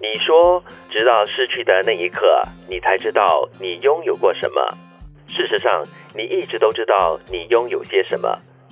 你说，直到失去的那一刻，你才知道你拥有过什么。事实上，你一直都知道你拥有些什么，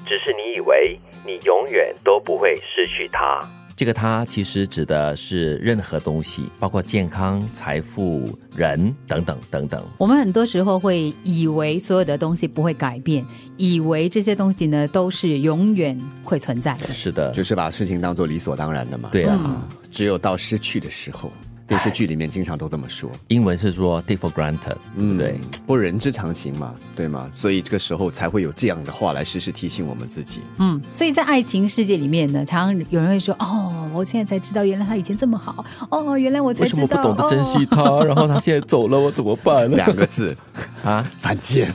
只是你以为你永远都不会失去它。这个它其实指的是任何东西，包括健康、财富、人等等等等。我们很多时候会以为所有的东西不会改变，以为这些东西呢都是永远会存在的。是的，就是把事情当做理所当然的嘛。对啊，只有到失去的时候，电视剧里面经常都这么说。英文是说 take for granted，、嗯，对，不人之常情嘛，对吗？所以这个时候才会有这样的话来时时提醒我们自己。嗯，所以在爱情世界里面呢，常常有人会说：“哦，我现在才知道，原来他以前这么好。哦，原来我才为知什道，么不懂得珍惜哦他？然后他现在走了，我怎么办呢？两个字， 啊，犯贱。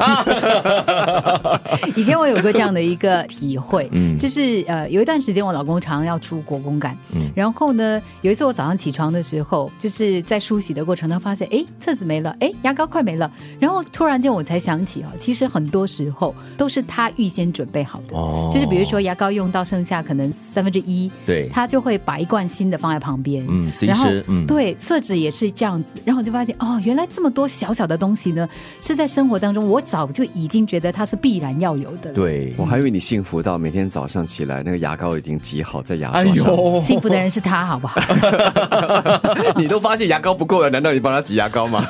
以前我有过这样的一个体会，嗯就是呃，有一段时间我老公常要出国公干，嗯然后呢，有一次我早上起床的时候，就是在梳洗的过程中发现，哎，厕纸没了，哎，牙膏快没了，然后突然间我才想起啊，其实很多时候都是他预先准备好的，哦就是比如说牙膏用到剩下可能三分之一，对他就会把一罐新的放在旁边，嗯随然后时嗯对，厕纸也是这样子，然后我就发现哦，原来这么多小小的东西呢，是在生活当中我早就已经觉得它是必然要有的了。对， 我还以为你幸福到每天早上起来，那个牙膏已经挤好在牙刷上。哎 呦幸福的人是他，好不 好？你都发现牙膏不够了，难道你帮他挤牙膏吗？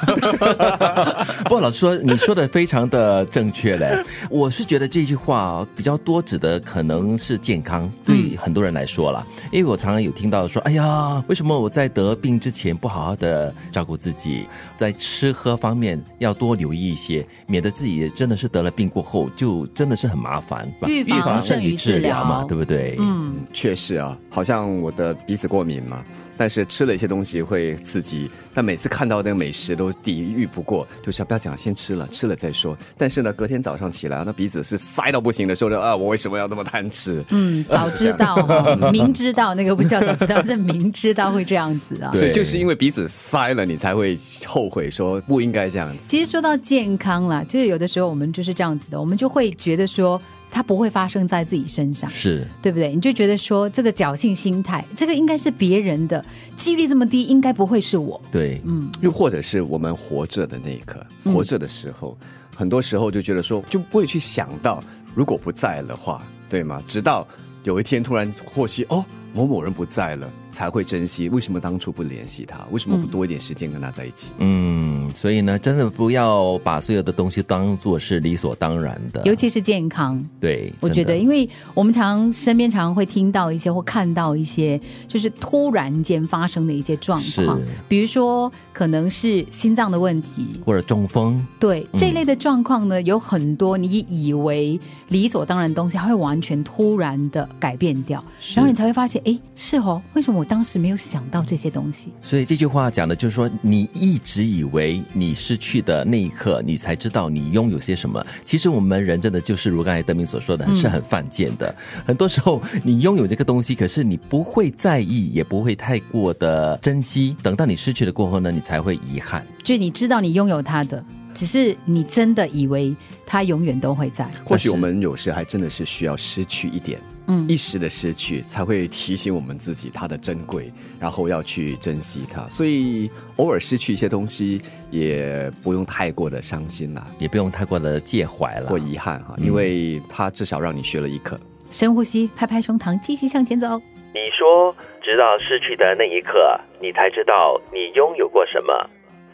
不过老师说你说的非常的正确 嘞，我是觉得这句话比较多指的可能是健康，对很多人来说啦，因为我常常有听到说，哎呀，为什么我在得病之前不好好的照顾自己，在吃喝方面要多留意一些，免得自己真的是得了病过后就真的是很麻烦，预防胜于治疗嘛，对不对？嗯，确实啊，好像我的鼻子过敏嘛，但是吃了一些东西会刺激，但每次看到那个美食都抵御不过，就是不要讲，先吃了，吃了再说。但是呢，隔天早上起来，那鼻子是塞到不行的时候，就啊，我为什么要那么贪吃？嗯，早知道哦，明知道那个不叫早知道，是明知道会这样子啊。所以就是因为鼻子塞了，你才会后悔说不应该这样子。其实说到健康啦，就是有的时候我们就是这样子的，我们就会觉得说它不会发生在自己身上，是对不对？你就觉得说这个侥幸心态，这个应该是别人的，几率这么低，应该不会是我。对，嗯又或者是我们活着的那一刻，活着的时候，很多时候就觉得说就不会去想到，如果不在的话，对吗？直到有一天突然获悉哦。某某人不在了，才会珍惜。为什么当初不联系他？为什么不多一点时间跟他在一起？嗯，所以呢，真的不要把所有的东西当做是理所当然的，尤其是健康，对，我觉真的得，因为我们常身边常会听到一些或看到一些，就是突然间发生的一些状况是，比如说可能是心脏的问题，或者中风。对这类的状况呢，有很多你以为理所当然的东西，它会完全突然的改变掉，然后你才会发现，哎，是哦，为什么我当时没有想到这些东西？所以这句话讲的就是说，你一直以为你失去的那一刻，你才知道你拥有些什么。其实我们人真的就是如刚才德明所说的，是很犯贱的。很多时候，你拥有这个东西，可是你不会在意，也不会太过的珍惜。等到你失去了过后呢，你才会遗憾。就你知道你拥有它的，只是你真的以为它永远都会在。或许我们有时还真的是需要失去一点，嗯，一时的失去才会提醒我们自己它的珍贵，然后要去珍惜它。所以偶尔失去一些东西，也不用太过的伤心啦。也不用太过的介怀了或。遗憾哈，因为它至少让你学了一课。深呼吸，拍拍胸膛，继续向前走。你说，直到失去的那一刻，你才知道你拥有过什么。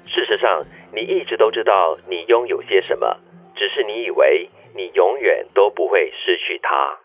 事实上，你一直都知道你拥有些什么，只是你以为你永远都不会失去它。